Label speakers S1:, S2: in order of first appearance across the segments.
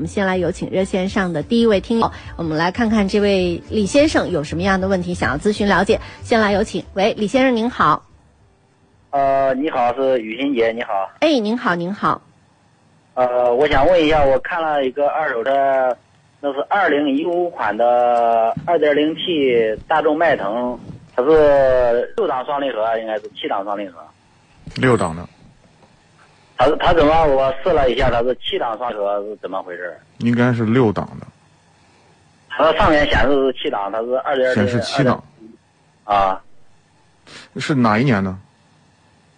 S1: 我们先来有请热线上的第一位听友，我们来看看这位李先生有什么样的问题想要咨询了解。先来有请，喂，李先生您好，
S2: 呃，你好，是雨欣姐，你好。
S1: 哎，您好，您好，
S2: 呃，我想问一下，我看了一个二手车，那是二零一五款的二点零 T 大众迈腾，它是六档双离合，啊应该是七档双离合。
S3: 六档的，
S2: 它是它怎么？我试了一下，它是七档双离合是怎么回事？
S3: 应该是六档的，
S2: 它上面显示是七档，它是二点
S3: 显示七档，
S2: 啊，
S3: 是哪一年呢？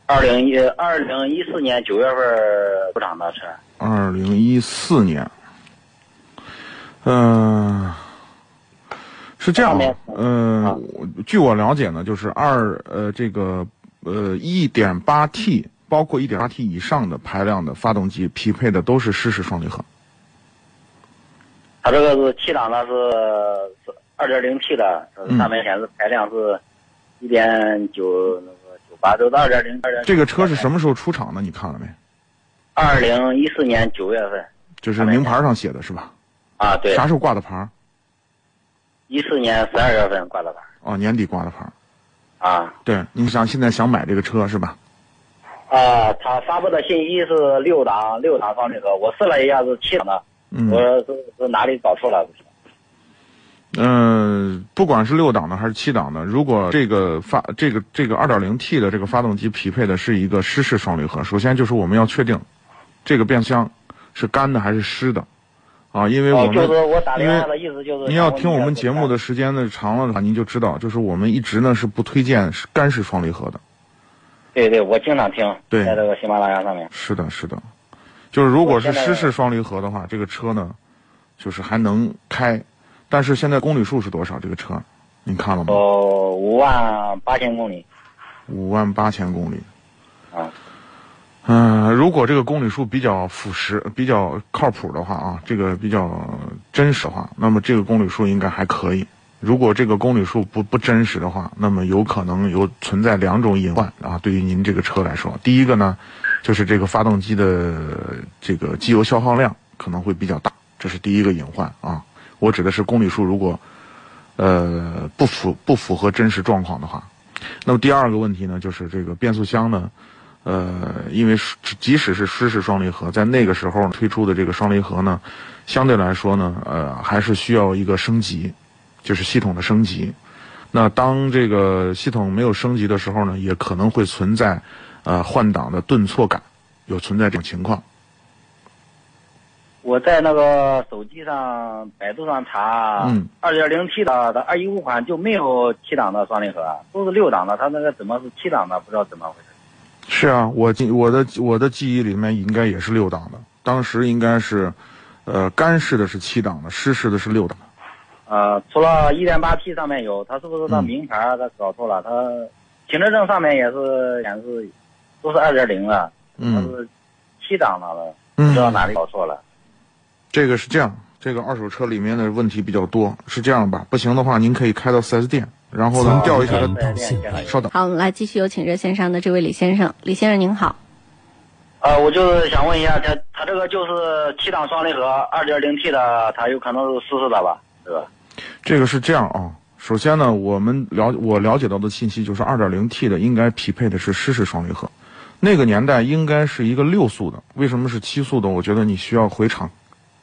S2: 二零一二零一四年九月份出厂的车。
S3: 二零一四年。嗯、是这样的，嗯、
S2: 啊
S3: 我据我了解呢，就是二呃这个呃一点八 T 包括一点八 T 以上的排量的发动机匹配的都是湿式双离合，
S2: 它这个是七档的是是二点零 T 的，它
S3: 嗯
S2: 是上面显示排量是一点九那个九八，都是二点零二点。
S3: 这个车是什么时候出厂的？你看了没？
S2: 二零一四年九月份
S3: 就是名牌上写的是吧？
S2: 啊，对，
S3: 啥时候挂的牌儿？
S2: 一四年十二月份挂的牌
S3: 哦，年底挂的牌儿。
S2: 啊
S3: 对，你想现在想买这个车是吧？
S2: 啊，它发布的信息是六档六档双离合，我试了一下是七档的，
S3: 嗯。
S2: 我说是是哪里搞错了？不是
S3: 嗯、不管是六档的还是七档的，如果这个发这个这个二点零 T 的这个发动机匹配的是一个湿式双离合，首先就是我们要确定这个变速箱是干的还是湿的啊，因为我
S2: 哦，
S3: 们、
S2: 就是我打
S3: 因
S2: 电
S3: 为
S2: 话的意思就是
S3: 您要听我们节目
S2: 的
S3: 的时间呢长了的话，您就知道，就是我们一直呢是不推荐是干式双离合的。
S2: 对对，我经常听，
S3: 对
S2: 在这个喜马拉雅上面
S3: 是的，是的，就是如果是
S2: 我现在
S3: 湿式双离合的话，这个车呢就是还能开，但是现在公里数是多少？这个车您看了吗？
S2: 哦，五万八千公里
S3: 五万八千公里。
S2: 啊。
S3: 嗯、如果这个公里数比较腐蚀、比较靠谱的话啊，这个比较真实的话，那么这个公里数应该还可以。如果这个公里数不不真实的话，那么有可能有存在两种隐患啊。对于您这个车来说，第一个呢，就是这个发动机的这个机油消耗量可能会比较大，这是第一个隐患啊。我指的是公里数如果呃不符不符合真实状况的话，那么第二个问题呢，就是这个变速箱呢，呃，因为是即使是湿式双离合，在那个时候推出的这个双离合呢，相对来说呢，呃，还是需要一个升级，就是系统的升级。那当这个系统没有升级的时候呢，也可能会存在呃换挡的顿挫感，有存在这种情况。
S2: 我在那个手机上、百度上查，
S3: 嗯，
S2: 二点零 T 的，它二一五款就没有七档的双离合，啊都是六档的，它那个怎么是七档的？不知道怎么回事。
S3: 是啊，我记我的我的记忆里面应该也是六档的，当时应该是，呃，干式的是七档的，湿式的是六档的。
S2: 呃，除了一点八 T 上面有，它是不是它
S3: 嗯
S2: 名牌儿它搞错了？它停车证上面也是显示都是二点零的，它
S3: 嗯
S2: 是七档的了，不知道
S3: 嗯，
S2: 哪里搞错了。
S3: 这个是这样，这个二手车里面的问题比较多，是这样吧？不行的话，您可以开到 4S 店，然后呢
S4: 从
S3: 调一下它
S4: 嗯
S2: 在链接上有。
S3: 稍等，
S1: 好，我们来继续有请热线上的这位李先生，李先生您好，
S2: 呃，我就是想问一下，它它这个就是七档双离合，二点零 T 的，它有可能是湿式的吧？对吧？
S3: 这个是这样啊。首先呢，我们了我了解到的信息就是，2.0T 的应该匹配的是湿式双离合，那个年代应该是一个六速的。为什么是七速的？我觉得你需要回厂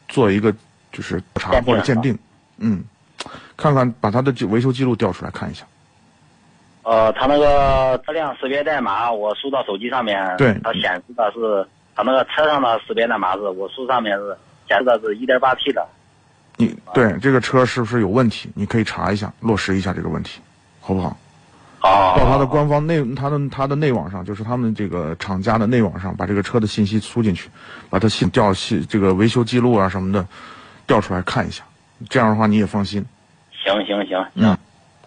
S3: 做一个就是调查
S2: 鉴定
S3: 或者鉴定，嗯，看看把它的这维修记录调出来看一下。
S2: 呃，它那个车辆识别代码我输到手机上面，
S3: 对
S2: 它显示的是它那个车上的识别代码是我输上面是显示的是一点八 T 的。
S3: 你对这个车是不是有问题？你可以查一下，落实一下这个问题，好不好？
S2: 哦，
S3: 到它的官方内，它的它的内网上，就是他们这个厂家的内网上，把这个车的信息输进去，把它系调系这个维修记录啊什么的调出来看一下，这样的话你也放心，
S2: 行行行，
S3: 嗯，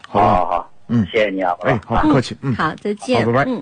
S3: 好
S2: 好
S3: 吧，
S2: 好好，
S3: 嗯
S2: 谢谢你啊，
S3: 哎，好，不客气，嗯，
S1: 好，再见，
S3: 好拜拜
S1: 嗯。